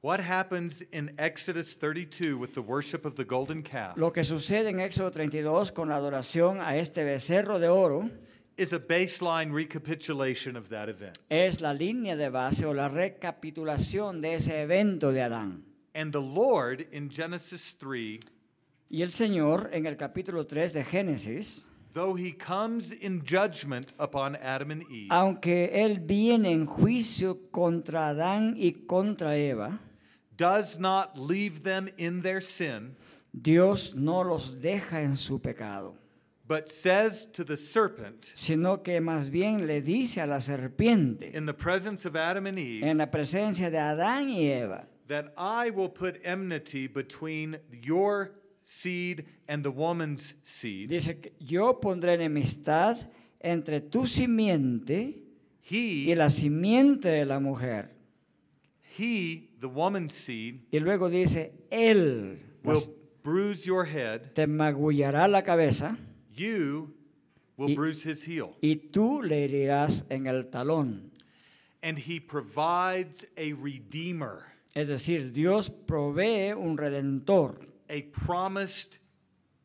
What happens in Exodus 32 with the worship of the golden calf
Lo que sucede en Éxodo 32 con la adoración a este becerro de oro
is a baseline recapitulation of that event.
es la línea de base o la recapitulación de ese evento de Adán.
And the Lord in Genesis 3,
Y el Señor en el capítulo 3 de Génesis,
though he comes in judgment upon Adam and Eve,
aunque Él viene en juicio contra Adán y contra Eva,
does not leave them in their sin,
Dios no los deja en su pecado,
but says to the serpent,
sino que más bien le dice a la serpiente,
in the presence of Adam and Eve,
en la presencia de Adán y Eva,
that I will put enmity between your seed and the woman's seed.
dice que yo pondré enemistad entre tu simiente y
He,
la simiente de la mujer.
he, the woman's seed,
Y luego dice, Él
will
las-
bruise your head,
te magullará la cabeza
you will
Y-
bruise his heel.
y tú le herirás en el talón.
And he provides a redeemer,
Es decir, Dios provee un redentor,
a promised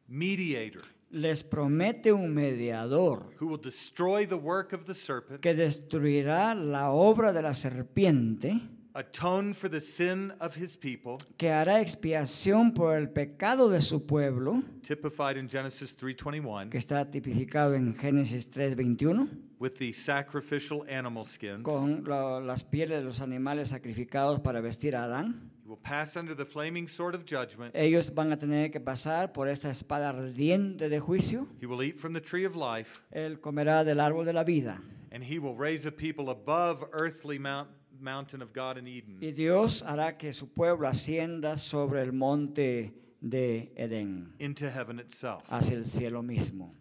mediator
les promete un mediador
who will destroy the work of the serpent,
que destruirá la obra de la serpiente,
atone for the sin of his people,
que hará expiación por el pecado de su pueblo,
typified in Genesis
que
3:21
está tipificado en Génesis 3:21,
with the sacrificial animal skins.
con la- las pieles de los animales sacrificados para vestir a Adán.
He will pass under the flaming sword of judgment.
Ellos van a tener que pasar por esta espada ardiente de juicio.
He will eat from the tree of life,
Él comerá del árbol de la vida.
and he will raise a people above earthly mount, mountain of God in Eden.
Y Dios hará que su pueblo ascienda sobre el monte de Edén,
into heaven itself.
hacia el cielo mismo.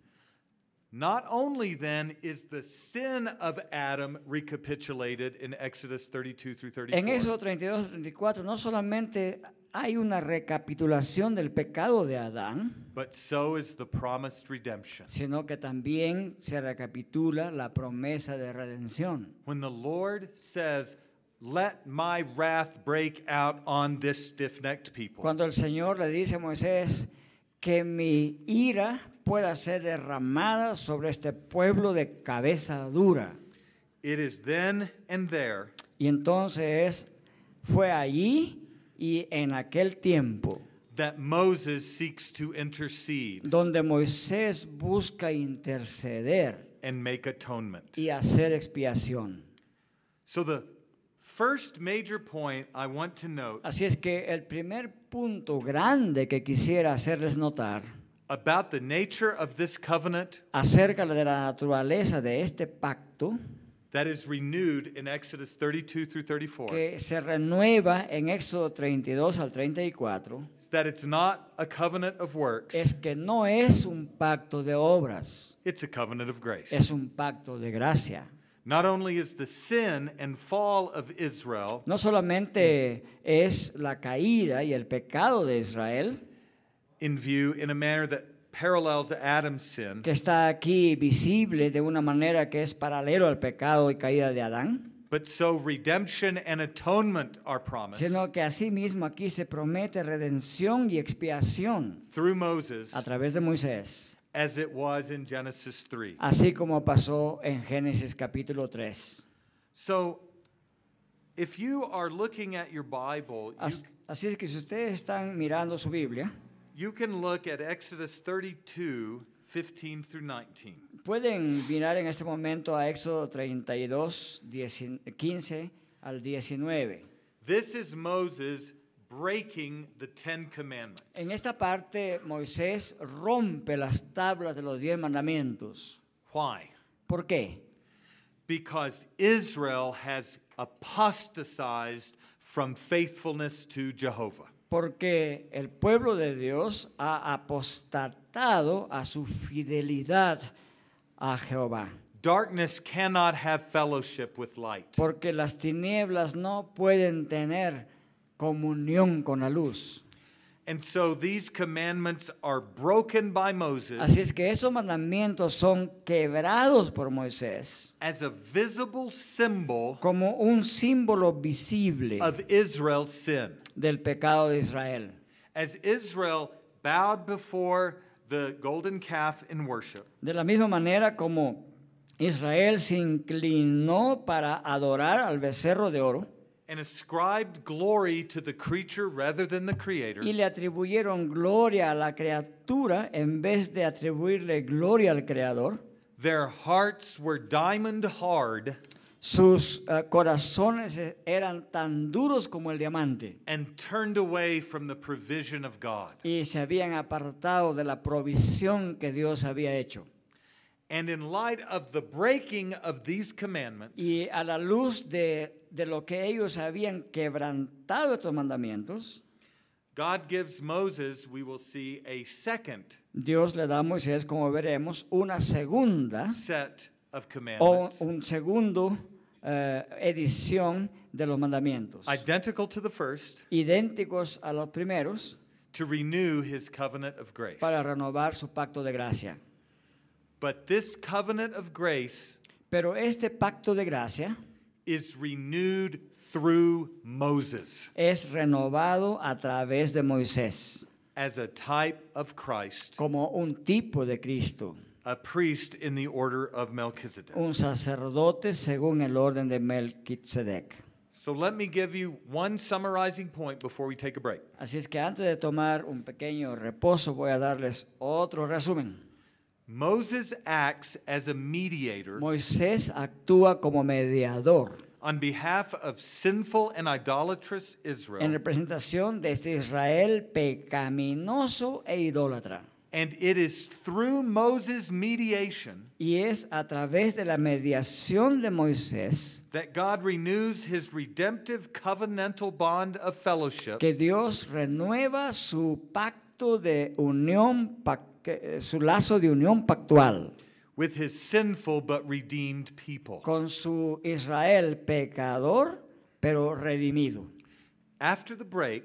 Not only then is the sin of Adam recapitulated in Exodus 32 through 34,
En Éxodo 32, 34, no solamente hay una recapitulación del pecado de Adán,
but so is the promised redemption.
sino que también se recapitula la promesa de redención.
When the Lord says, Let my wrath break out on this stiff necked people,
Cuando el Señor le dice a Moisés que mi ira pueda ser derramada sobre este pueblo de cabeza dura.
it is then and there
Y entonces fue allí y en aquel tiempo
that Moses seeks to intercede
donde Moisés busca interceder
and make atonement.
y hacer expiación.
So, the first major point I want to note
Así es que el primer punto grande que quisiera hacerles notar
about the nature of this covenant
acerca de la naturaleza de este pacto
that is renewed in Exodus 32 through 34
que se renueva en Éxodo 32 al 34
is that it's not a covenant of works,
es que no es un pacto de obras,
it's a covenant of grace.
es un pacto de gracia.
Not only is the sin and fall of Israel
No solamente es la caída y el pecado de Israel,
in view in a manner that parallels Adam's sin,
que está aquí visible de una manera que es paralelo al pecado y caída de Adán,
but so redemption and atonement are promised
sino que asimismo aquí se promete redención y expiación
through Moses
a través de Moisés,
as it was in Genesis 3.
así como pasó en Génesis capítulo 3.
So If you are looking at your Bible, you,
As- Así es que si ustedes están mirando su Biblia,
you can look at Exodus 32, 15 through 19.
pueden mirar en este momento a Éxodo 32, 10 15 al 19.
This is Moses breaking the Ten Commandments.
En esta parte Moisés rompe las tablas de los diez mandamientos.
Why?
¿Por qué?
Because Israel has apostatized from faithfulness to Jehovah.
Porque el pueblo de Dios ha apostatado a su fidelidad a Jehová.
Darkness cannot have fellowship with light.
Porque las tinieblas no pueden tener comunión con la luz.
And so these commandments are broken by
Así
Moses
es que esos mandamientos son quebrados por Moisés
as a visible symbol
como un símbolo visible
of Israel's sin.
del pecado de Israel.
As Israel bowed before the golden calf in worship,
De la misma manera como Israel se inclinó para adorar al becerro de oro
and ascribed glory to the creature rather than the creator.
y le atribuyeron gloria a la criatura en vez de atribuirle gloria al creador,
Their hearts were diamond hard
sus eh, corazones e- eran tan duros como el diamante
and turned away from the provision of God.
y se habían apartado de la provisión que Dios había hecho.
And in light of the breaking of these commandments,
Y a la luz de, de lo que ellos habían quebrantado estos mandamientos,
God gives Moses, we will see, a second
Dios le da a Moisés, como veremos, una segunda
set of
o
commandments
un segundo eh, edición de los mandamientos,
identical to the first
idénticos a los primeros,
to renew his covenant of grace.
para renovar su pacto de gracia.
But this covenant of grace
Pero este pacto de gracia
is renewed through Moses
es renovado a través de Moisés,
as a type of Christ,
como un tipo de Cristo,
a priest in the order of Melchizedek.
un sacerdote según el orden de Melquisedec.
So let me give you one summarizing point before we take a break.
Así es que antes de tomar un pequeño reposo voy a darles otro resumen.
Moses acts as a mediator
Moisés actúa como mediador
on behalf of sinful and idolatrous
en
Israel,
representación de este Israel pecaminoso e idólatra.
and it is through Moses' mediation
Y es a través de la mediación de Moisés
that God renews his redemptive covenantal bond of fellowship
que Dios renueva su pacto de unión, pac- que- eh, su lazo de unión pactual
with his sinful but redeemed people.
con su Israel pecador pero redimido.
After the break,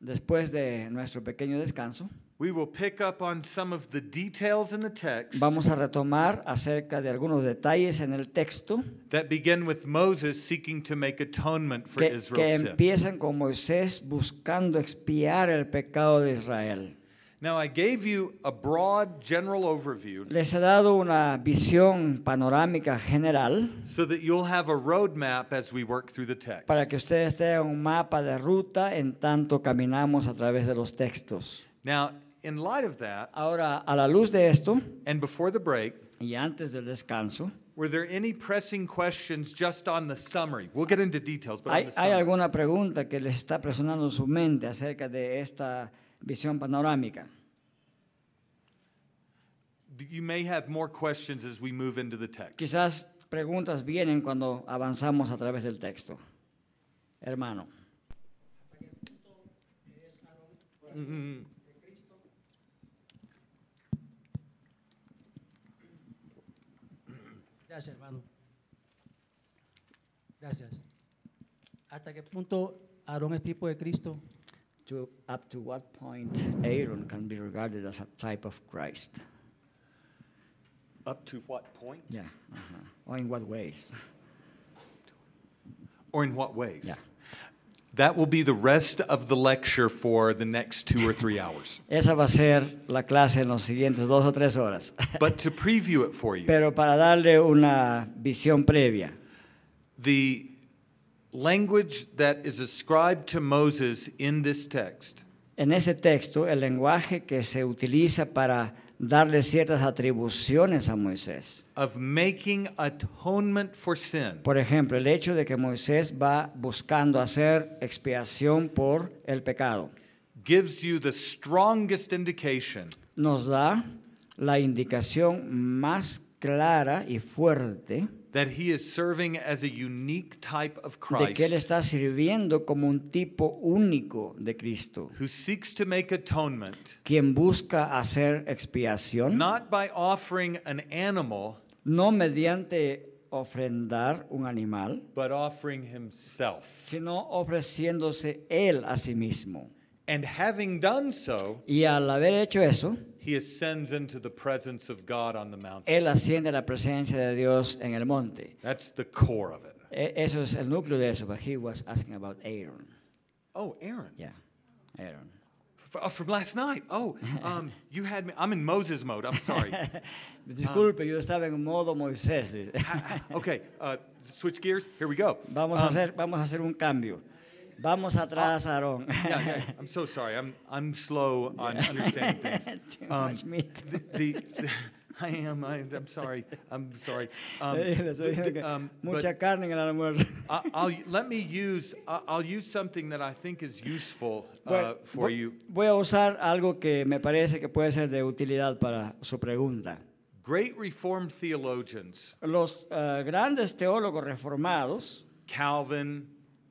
Después de nuestro pequeño descanso,
we will pick up on some of the details in the text
vamos a retomar acerca de algunos detalles en el texto
that begin with Moses seeking to make atonement for
que, que
Israel's sin.
empiezan con Moisés buscando expiar el pecado de Israel.
Now, I gave you a broad general overview
Les he dado una visión panorámica general
so that you'll have a roadmap as we work through the text.
para que ustedes tengan un mapa de ruta en tanto caminamos a través de los textos.
Now, in light of that,
Ahora, a la luz de esto
and before the break,
y antes del descanso,
were there any pressing questions just on the summary? We'll get into details, but on
¿hay,
the
hay
summary.
alguna pregunta que les está presionando en su mente acerca de esta visión panorámica?
you may have more questions as we move into the text.
Quizás preguntas vienen cuando avanzamos a través del texto. Hermano,
Mhm.
Gracias, hermano. Gracias. ¿Hasta qué punto Aarón es tipo de Cristo?
to, up to what point Aaron can be regarded as a type of Christ?
Up to what point?
Yeah. ajá. Or in what ways?
Or in what ways?
Yeah.
That will be the rest of the lecture for the next two or three hours.
Esa va a ser la clase en los siguientes dos o tres horas.
<laughs> But to preview it for you,
Pero para darle una visión previa,
the language that is ascribed to Moses in this text
En ese texto, el lenguaje que se utiliza para darle ciertas atribuciones a Moisés.
of making atonement for sin
Por ejemplo, el hecho de que Moisés va buscando hacer expiación por el pecado
gives you the strongest indication
nos da la indicación más clara y fuerte
that he is serving as a unique type of
de que Él
Christ
está sirviendo como un tipo único de Cristo,
who seeks to make atonement
quien busca hacer expiación,
not by offering an animal
no mediante ofrendar un animal,
but offering himself.
sino ofreciéndose Él a sí mismo.
And having done so,
Y al haber hecho eso,
he ascends into the presence of God on the mountain.
Él asciende a la presencia de Dios en el monte.
That's the core of it.
E- Eso es el núcleo de eso, but he was asking about Aaron.
Oh, Aaron.
Yeah, Aaron.
F- oh, from last night.
<laughs>
Oh, um, you had me. I'm in Moses mode. I'm sorry.
Disculpe, yo estaba en modo Moisés. dice. <laughs>
okay, uh, switch gears. Here we go.
Vamos a
Um, Ah,
hacer, vamos a hacer un cambio. Vamos atrás, Aarón.
yeah, yeah, I'm so sorry. I'm I'm
<laughs>
slow on understanding things. Um,
Too much meat.
The, the, <laughs> I am. I, I'm sorry. I'm sorry. Um,
<laughs> Le estoy diciendo
the-
que
um, but Ah,
mucha carne en el almuerzo.
I-
<laughs>
I'll let me use. I- I'll use something that I think is useful uh,
Bueno,
for
vo-
you.
voy a usar algo que me parece que puede ser de utilidad para su pregunta.
Great Reformed theologians,
Los eh, grandes teólogos reformados,
Calvin,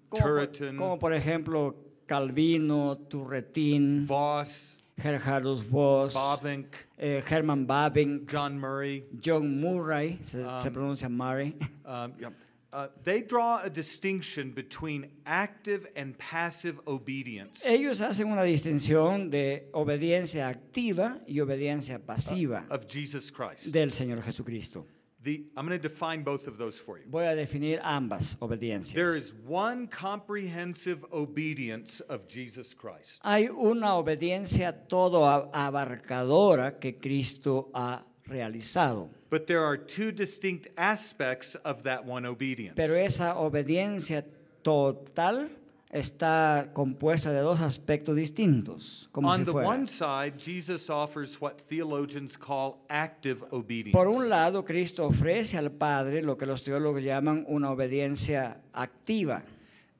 como, por-
Turretin,
como por ejemplo Calvino, Turretín,
Voss,
Gerhardus Voss,
Bovinck,
eh, Herman Babin,
John Murray.
John Murray, se, se
Um,
pronuncia Murray, <laughs>
Um, yeah. Uh, they draw a distinction between active and passive obedience.
ellos hacen una distinción de obediencia activa y obediencia pasiva
uh, of Jesus Christ.
del Señor Jesucristo.
The, I'm going to define both of those for you.
Voy a definir ambas
There
obediencias.
is one comprehensive obedience of Jesus Christ.
Hay una obediencia todo a- abarcadora que Cristo ha realizado,
But there are two distinct aspects of that one obedience.
pero esa obediencia total está compuesta de dos aspectos distintos, como
On
si
the
fuera.
one side, Jesus offers what theologians call active obedience.
Por un lado, Cristo ofrece al Padre lo que los teólogos llaman una obediencia activa.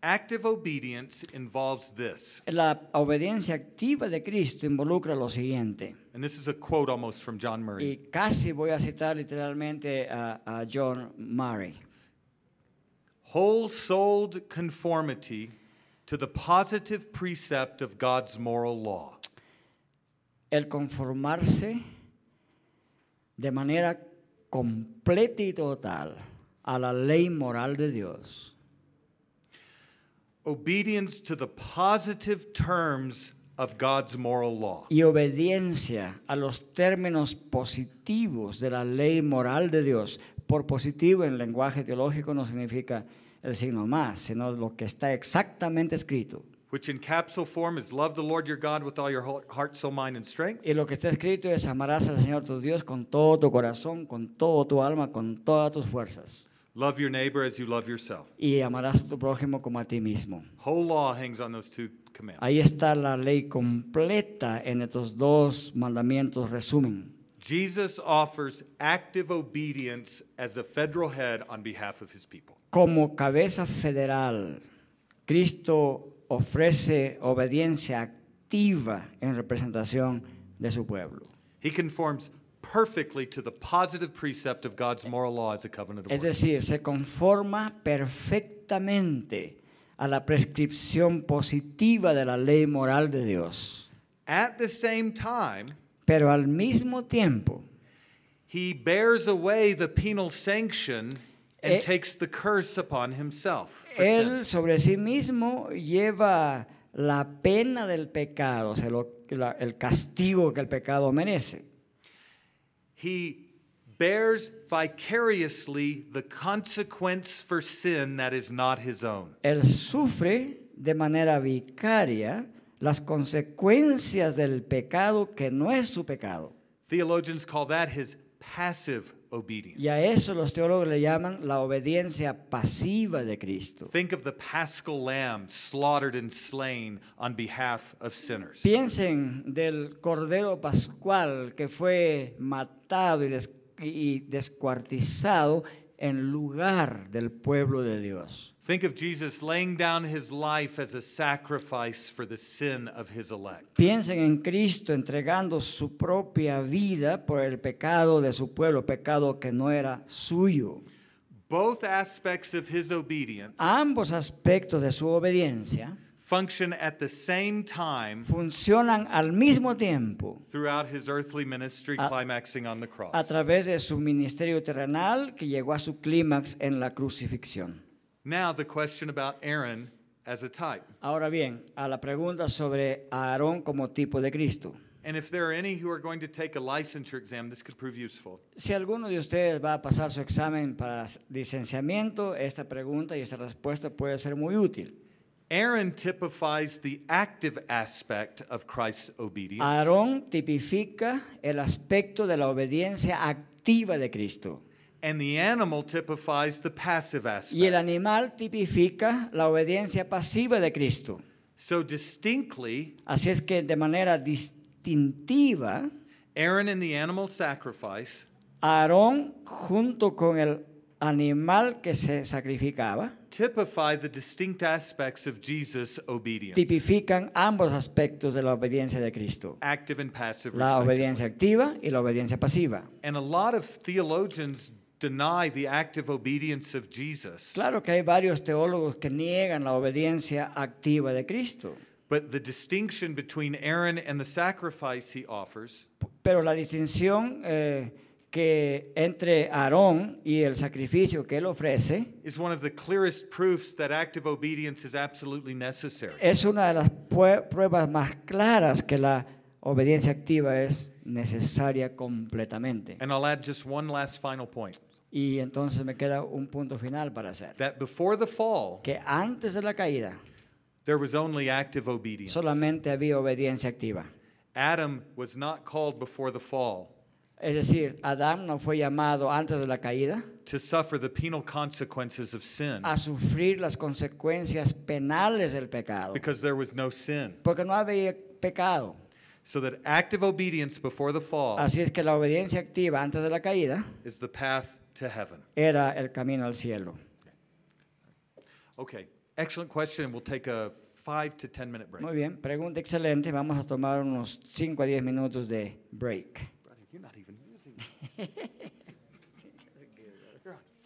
active obedience involves this.
La obediencia activa de Cristo involucra lo siguiente,
And this is a quote almost from John
y
Murray.
casi voy a citar literalmente a, a John Murray.
Whole-souled conformity to the positive precept of God's moral law.
El conformarse de manera completa y total a la ley moral de Dios.
obedience to the positive terms of God's moral law.
y obediencia a los términos positivos de la ley moral de Dios. Por positivo en lenguaje teológico no significa el signo más, sino lo que está exactamente escrito.
Which in capsule form is love the Lord your God with all your heart, heart, soul, mind, and strength.
Y lo que está escrito es amarás al Señor tu Dios con todo tu corazón, con todo tu alma, con todas tus fuerzas.
Love your neighbor as you love yourself.
Y amarás a tu prójimo como a ti mismo.
Whole law hangs on those two commandments.
Ahí está la ley completa en estos dos mandamientos resumen.
Jesus offers active obedience as a federal head on behalf of his people.
Como cabeza federal, Cristo ofrece obediencia activa en representación de su pueblo.
He conforms perfectly to the positive precept of God's moral law as a covenant of
Es
works.
decir, se conforma perfectamente a la prescripción positiva de la ley moral de Dios.
At the same time,
Pero al mismo tiempo,
He bears away the penal sanction and
Eh,
takes the curse upon himself. for
Él
sin.
sobre sí mismo lleva la pena del pecado, o sea, lo- la- el castigo que el pecado merece.
He bears vicariously the consequence for sin that is not his own.
Él sufre de manera vicaria las consecuencias del pecado que no es su pecado.
Theologians call that his passive obedience.
Y a eso los teólogos le llaman la obediencia pasiva de Cristo.
Think of the paschal lamb slaughtered and slain on behalf of sinners.
Piensen del Cordero Pascual que fue matado y, des- y descuartizado en lugar del pueblo de Dios.
Think of Jesus laying down his life as a sacrifice for the sin of his elect.
Piensen en Cristo entregando su propia vida por el pecado de su pueblo, pecado que no era suyo.
Both aspects of his obedience
Ambos aspectos de su obediencia
function at the same time
funcionan al mismo tiempo
throughout his earthly ministry,
A-
climaxing on the cross.
a través de su ministerio terrenal que llegó a su clímax en la crucifixión.
Now, the question about Aaron as a type.
Ahora bien, a la pregunta sobre Aarón como tipo de Cristo.
And if there are any who are going to take a licensure exam, this could prove useful.
Si alguno de ustedes va a pasar su examen para licenciamiento, esta pregunta y esta respuesta puede ser muy útil.
Aaron typifies the active aspect of Christ's obedience.
Aarón tipifica el aspecto de la obediencia activa de Cristo
And the animal typifies the passive aspect.
y el animal tipifica la obediencia pasiva de Cristo.
So distinctly,
Así es que de manera distintiva,
Aaron and the animal sacrifice
Aarón junto con el animal que se sacrificaba
typify the distinct aspects of Jesus' obedience.
tipifican ambos aspectos de la obediencia de Cristo,
active and passive.
la
respectively.
obediencia activa y la obediencia pasiva.
And a lot of theologians deny the active obedience of Jesus.
Claro que hay varios teólogos que niegan la obediencia activa de Cristo,
But the distinction between Aaron and the sacrifice he offers
pero la distinción eh, que entre Aarón y el sacrificio que él ofrece
is one of the clearest proofs that active obedience is absolutely necessary.
es una de las pue- pruebas más claras que la obediencia activa es necesaria completamente.
And I'll add just one last final point
Y entonces me queda un punto final para hacer,
that before the fall,
que antes de la caída
there was only active obedience.
solamente había obediencia activa.
Adam was not called before the fall
Es decir, Adán no fue llamado antes de la caída
to suffer the penal consequences of sin
a sufrir las consecuencias penales del pecado,
because there was no sin.
porque no había pecado.
So that active obedience before the fall
Así es que la obediencia activa antes de la caída
is the path to heaven.
era el camino al cielo.
Okay, excellent question. We'll take a five to 10 minute break.
Muy bien, pregunta excelente. Vamos a tomar unos 5 a 10 minutos de break. <laughs>
Brother, you're not even using. it. You're on